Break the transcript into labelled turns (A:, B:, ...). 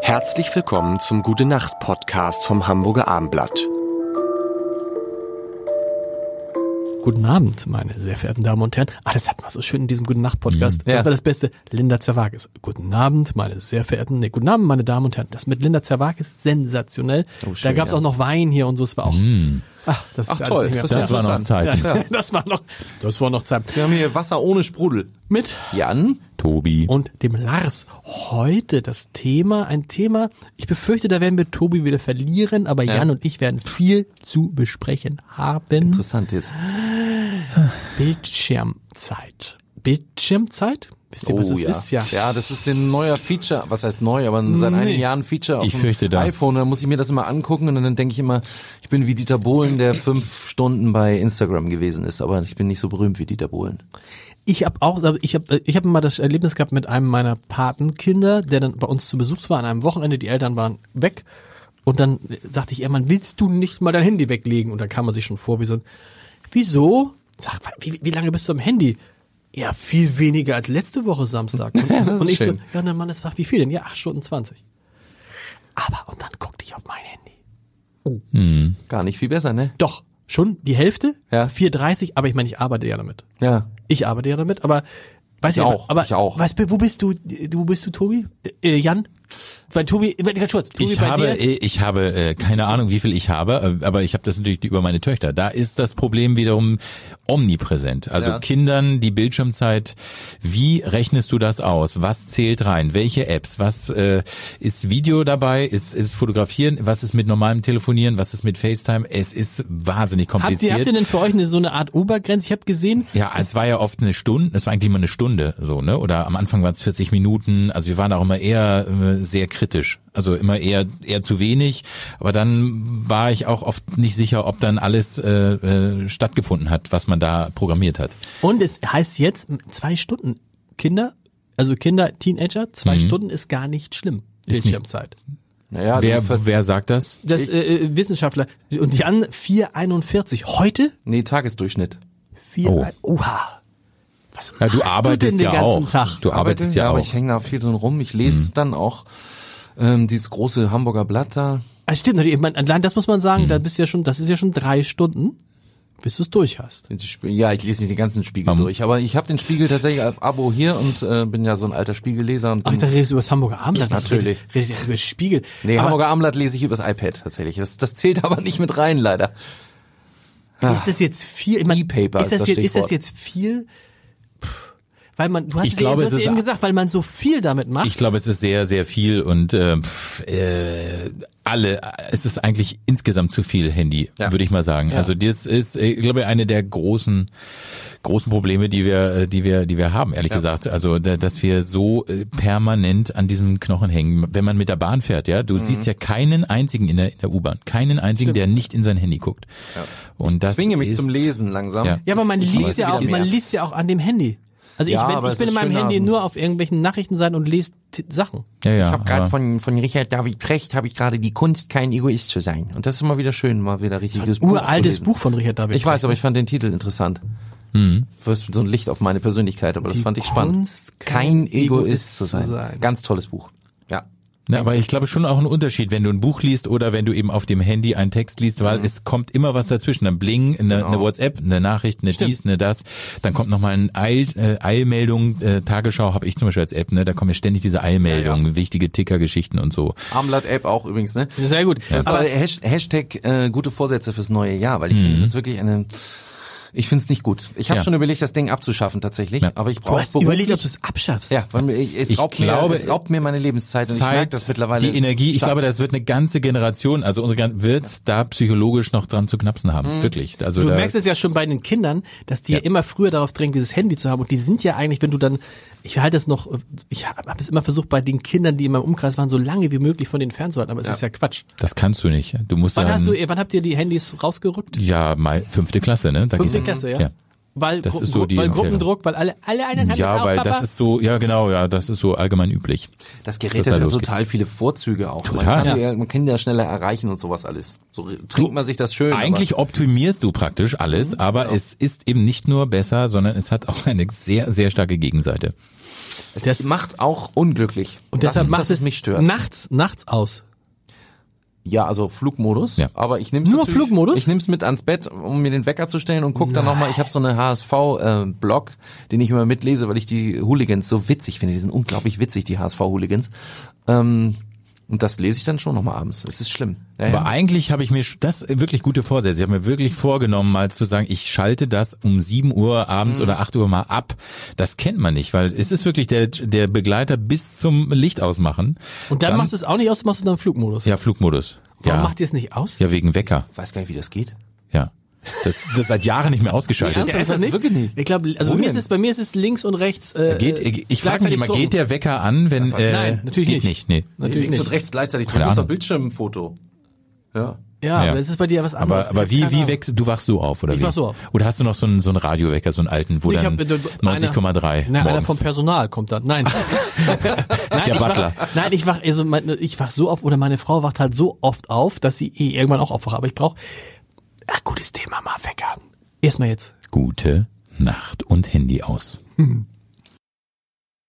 A: Herzlich willkommen zum Gute Nacht Podcast vom Hamburger Armblatt.
B: Guten Abend, meine sehr verehrten Damen und Herren. Ah, das hat man so schön in diesem Guten Nacht Podcast.
C: Mhm. Ja.
B: Das war das Beste. Linda Zerwakis. Guten Abend, meine sehr verehrten, nee, guten Abend, meine Damen und Herren. Das mit Linda Zerwakis sensationell. da
C: Oh, schön,
B: gab's
C: ja. Mhm.
B: auch noch Wein hier und so. Es war auch, ach, das ist
C: Ach,
B: alles
C: toll.
B: nicht mehr.
C: Das war noch
B: ja.
C: Zeit.
B: das war noch, das war noch Zeit.
C: Wir haben hier Wasser ohne Sprudel.
B: Mit
C: Jan, Tobi
B: und dem Lars. Heute das Thema, ein Thema, ich befürchte, da werden wir Tobi wieder verlieren, aber Jan und ich werden viel zu besprechen haben.
C: interessant jetzt.
B: Bildschirmzeit. Bildschirmzeit? Wisst ihr, was das
C: Oh ja.
B: ist? Ja.
C: ja, das ist ein neuer Feature. Was heißt neu? Aber ein- seit
B: Nee.
C: einigen Jahren Feature auf
D: Ich
C: dem
D: fürchte da.
C: iPhone. Da muss ich mir das immer angucken und dann denke ich immer, ich bin wie Dieter Bohlen, der fünf Stunden bei Instagram gewesen ist. Aber ich bin nicht so berühmt wie Dieter Bohlen.
B: Ich habe auch, also ich habe ich hab mal das Erlebnis gehabt mit einem meiner Patenkinder, der dann bei uns zu Besuch war an einem Wochenende, die Eltern waren weg und dann sagte ich, irgendwann willst du nicht mal dein Handy weglegen? Und dann kam man sich schon vor, wie so ein, wieso? Sag, wie, wie lange bist du am Handy? Ja, viel weniger als letzte Woche Samstag. Und,
C: Das ist
B: und ich so,
C: schön.
B: ja, und der Mann ist sagt, wie viel denn? Ja, acht Stunden 20. Aber, und dann guckte ich auf mein Handy.
C: Gar nicht viel besser, ne?
B: Doch, schon die Hälfte?
C: Ja.
B: 4,30, aber ich meine, ich arbeite ja damit.
C: Ja.
B: Ich arbeite ja damit, aber weiß ich
C: auch,
B: aber
C: ich auch.
B: Weißt, du, wo bist du? Wo bist du, Tobi? Äh, Jan? Weil Tobi, äh, ganz kurz, Tobi
D: Ich
B: bei
D: habe,
B: dir.
D: äh, ich habe äh, keine Ahnung, wie viel ich habe, äh, aber ich habe das natürlich über meine Töchter. Da ist das Problem wiederum omnipräsent. Also
C: Ja.
D: Kindern die Bildschirmzeit. Wie rechnest du das aus? Was zählt rein? Welche Apps? Was äh, ist Video dabei? Ist ist Fotografieren? Was ist mit normalem Telefonieren? Was ist mit FaceTime? Es ist wahnsinnig
B: Habt
D: kompliziert.
B: ihr, habt ihr denn für euch eine, so eine Art Obergrenze? Ich habe gesehen,
D: Ja, es war ja oft eine Stunde, es war eigentlich immer eine Stunde so, ne? Oder am Anfang waren es 40 Minuten. Also wir waren auch immer eher äh, sehr kritisch. Also immer eher eher zu wenig. Aber dann war ich auch oft nicht sicher, ob dann alles äh, äh, stattgefunden hat, was man da programmiert hat.
B: und es heißt jetzt m, zwei Stunden. Kinder, also Kinder, Teenager, zwei Stunden ist gar nicht schlimm.
D: Mhm. nicht-
B: Bildschirmzeit.
C: Naja, du
D: wer,
C: ver-
D: wer sagt das?
B: Das äh, äh, Wissenschaftler. Und Jan 441. Heute?
C: nee, Tagesdurchschnitt.
B: 4,
D: Oh.
B: Oha. Was
D: Ja, du
B: machst
D: arbeitest
B: du denn
D: ja
B: den ganzen
D: auch.
B: Tag?
D: Du arbeitest ja
C: aber
D: auch. Mhm.
C: ich hänge da viel drin rum. Ich lese dann auch ähm, dieses große Hamburger Blatt da.
B: Ah, stimmt, natürlich. ich meine, allein das muss man
C: Hm.
B: sagen, da bist du ja schon, das ist ja schon drei Stunden, bis du es durch hast.
C: Den Sp- Ja, ich lese nicht den ganzen Spiegel durch, aber ich habe den Spiegel tatsächlich auf Abo hier und äh, bin ja so ein alter Spiegelleser. Und
B: Ach, da redest du über das Hamburger Abendblatt. Was
C: Natürlich.
B: Redet, redet ihr über Spiegel.
C: nee,
B: Aber
C: Hamburger Abendblatt lese ich übers iPad tatsächlich. Das, das zählt aber nicht mit rein, leider.
B: ist das jetzt viel? Ich meine,
C: E-Paper
B: ist,
C: ist
B: das
C: das
B: jetzt, ist das
C: Stichwort.
B: jetzt viel? Pff, Weil man, du hast,
D: Ich
B: es
D: glaube,
B: eben,
D: es
B: du hast
D: ist
B: eben
D: a-
B: gesagt, weil man so viel damit macht.
D: Ich glaube, es ist sehr, sehr viel und äh, pff, äh, alle, es ist eigentlich insgesamt zu viel Handy,
C: Ja.
D: würde ich mal sagen. Also das ist, äh, ich glaube, eine der großen, großen Probleme, die wir, äh, die wir, die wir haben, ehrlich gesagt. Also, da, dass wir so äh, permanent an diesem Knochen hängen. Wenn man mit der Bahn fährt, ja,
C: Mhm.
D: du siehst ja keinen einzigen in der, in der U-Bahn, keinen einzigen, der nicht in sein Handy guckt. Und das
C: Zwinge mich
D: ist,
C: zum Lesen langsam.
D: Ja.
B: ja, aber man
C: Aber
B: liest
C: es
B: ja
C: ist
B: auch,
C: wieder
B: man
C: mehr.
B: liest ja auch an dem Handy. Also ich
C: Ja,
B: bin,
C: aber
B: ich
C: es
B: bin in
C: ist
B: meinem
C: schöner
B: Handy
C: Abend.
B: nur auf irgendwelchen Nachrichtenseiten und lese t- Sachen.
D: Ja, ja,
C: Ich habe gerade
D: aber-
C: von, von Richard David Precht habe ich gerade die Kunst, kein Egoist zu sein. Und das ist immer wieder schön, mal wieder richtiges Buch
B: Uraltes
C: zu lesen.
B: Buch von Richard David.
C: Ich weiß, aber ich fand den Titel interessant. Wirst so ein Licht auf meine Persönlichkeit, aber das
B: Die
C: fand ich
B: Kunst,
C: spannend.
B: kein
C: Kein
B: Egoist
C: Egoist zu sein.
B: zu sein.
C: Ganz tolles Buch. Ja.
D: Na, Ne, aber ich glaube schon auch ein Unterschied, wenn du ein Buch liest oder wenn du eben auf dem Handy einen Text liest, weil
B: Mhm.
D: es kommt immer was dazwischen. Dann bling, eine,
B: Genau.
D: eine WhatsApp, eine Nachricht, eine dies, eine das. Dann kommt nochmal eine Eil, äh, Eilmeldung, äh, Tagesschau habe ich zum Beispiel als App, ne? da kommen ja ständig diese Eilmeldungen, wichtige Tickergeschichten und so.
C: Armblatt-App auch übrigens, ne?
B: Sehr gut.
C: Das war Hash- Hashtag äh, gute Vorsätze fürs neue Jahr, weil ich finde das wirklich eine. Ich finde es nicht gut. Ich habe
D: Ja.
C: schon überlegt, das Ding abzuschaffen tatsächlich, aber ich
B: Du
C: brauche
B: hast überlegt, ob du es abschaffst.
C: ja, weil mir, ich, es,
D: Ich
C: raubt
D: glaube,
C: mir, es raubt mir meine Lebenszeit
B: Also
C: und ich merke das mittlerweile.
D: die Energie, ich
C: stark.
D: glaube, das wird eine ganze Generation, also unsere gan- wird da psychologisch noch dran zu knapsen haben, wirklich. Also
B: Mhm. Du
D: da,
B: merkst es ja schon bei den Kindern, dass die ja. immer früher darauf drängen, dieses Handy zu haben. Und die sind ja eigentlich, wenn du dann, ich halte es noch, ich habe es immer versucht, bei den Kindern, die in meinem Umkreis waren, so lange wie möglich von denen fernzuhalten. Aber es ist ja Quatsch.
D: das kannst du nicht. Du musst
B: Wann
D: dann,
B: hast du, wann habt ihr die Handys rausgerückt?
D: ja mal fünfte Klasse, ne?
B: Fünfte
D: Da geht's-
B: Klasse, ja.
D: ja.
B: Weil,
D: Das
B: Gru-
D: ist so
B: Gru-
D: die
B: weil
D: Empfehlung.
B: Gruppendruck, weil alle, alle einen haben das
D: Ja,
B: auch, Genau,
D: weil
B: Papa.
D: das ist so, ja genau, ja, das ist so allgemein üblich.
C: das
D: dass
C: Gerät
D: da
C: hat ja
D: losgeht.
C: total viele Vorzüge auch.
D: Total.
C: Man, kann
B: Ja.
C: ja. man kann die ja schneller erreichen und sowas alles. So re- trinkt man sich das schön.
D: Eigentlich optimierst du praktisch
B: Mhm, genau.
D: alles, aber es ist eben nicht nur besser, sondern es hat auch eine sehr, sehr starke Gegenseite.
C: Es
B: Das-
C: macht auch unglücklich.
B: Und deshalb
C: das ist,
B: macht
C: das, was
B: es
C: mich stört.
B: nachts, nachts aus.
C: Ja, also Flugmodus.
D: Ja.
C: Aber ich nehme
B: Nur Flugmodus?
C: Ich nehme es mit ans Bett, um mir den Wecker zu stellen und guck dann nochmal. Ich habe so eine HSV-Blog, äh, den ich immer mitlese, weil ich die Hooligans so witzig finde. Die sind unglaublich witzig, die HSV-Hooligans. Ähm, und das lese ich dann schon nochmal abends. Es ist schlimm. Ja,
D: Aber
C: ja.
D: eigentlich habe ich mir sch- das äh, wirklich gute Vorsätze. Ich habe mir wirklich vorgenommen, mal zu sagen, ich schalte das um 7 Uhr abends
B: Mhm.
D: oder 8 Uhr mal ab. Das kennt man nicht, weil es ist wirklich der, der Begleiter bis zum Licht ausmachen.
B: Und dann, machst du es auch nicht aus, machst du dann Flugmodus.
D: Ja, Flugmodus.
B: Warum
D: ja.
B: macht ihr es nicht aus?
D: ja, wegen Wecker.
C: Ich weiß gar nicht, wie das geht.
D: Ja. Das, das seit Jahren nicht mehr ausgeschaltet.
C: Ernsthaft, das ist wirklich nicht.
B: Ich glaube, also
C: Wo
B: bei mir, ist
C: denn?
B: es, bei mir ist es links und rechts. Äh,
D: Geht,
B: äh,
D: ich ich frage
B: gleichzeitig
D: mich immer,
B: drücken.
D: geht der Wecker an, wenn...
C: was?
D: äh,
B: Nein, natürlich
D: geht
B: nicht.
D: nicht. nee.
B: Natürlich
C: Links
B: nicht.
C: und rechts gleichzeitig drin
D: Keine
C: ist doch
D: Ahnung.
C: Bildschirmfoto. Ja.
B: Ja,
D: Ja.
B: aber es ist bei dir was anderes. Ich
D: Aber, aber
B: hab
D: wie,
B: keine
D: wie
B: Ahnung.
D: wächst du wachst so auf oder
B: Ich
D: wie?
B: wach so auf.
D: Oder hast du noch so einen, so einen Radiowecker, so einen alten, wo
B: Ich
D: dann
B: hab, äh, du-
D: 90,3
B: einer- Nein, einer
D: morgens.
B: vom Personal kommt dann. Nein. nein
D: Der
B: ich
D: Butler.
B: Wach, nein, ich wach, also mein, ich wach so oft oder meine Frau wacht halt so oft auf, dass sie eh irgendwann auch aufwacht. Aber ich brauche, ah, gutes Thema, mal Wecker. Erstmal jetzt.
D: Gute Nacht und Handy aus.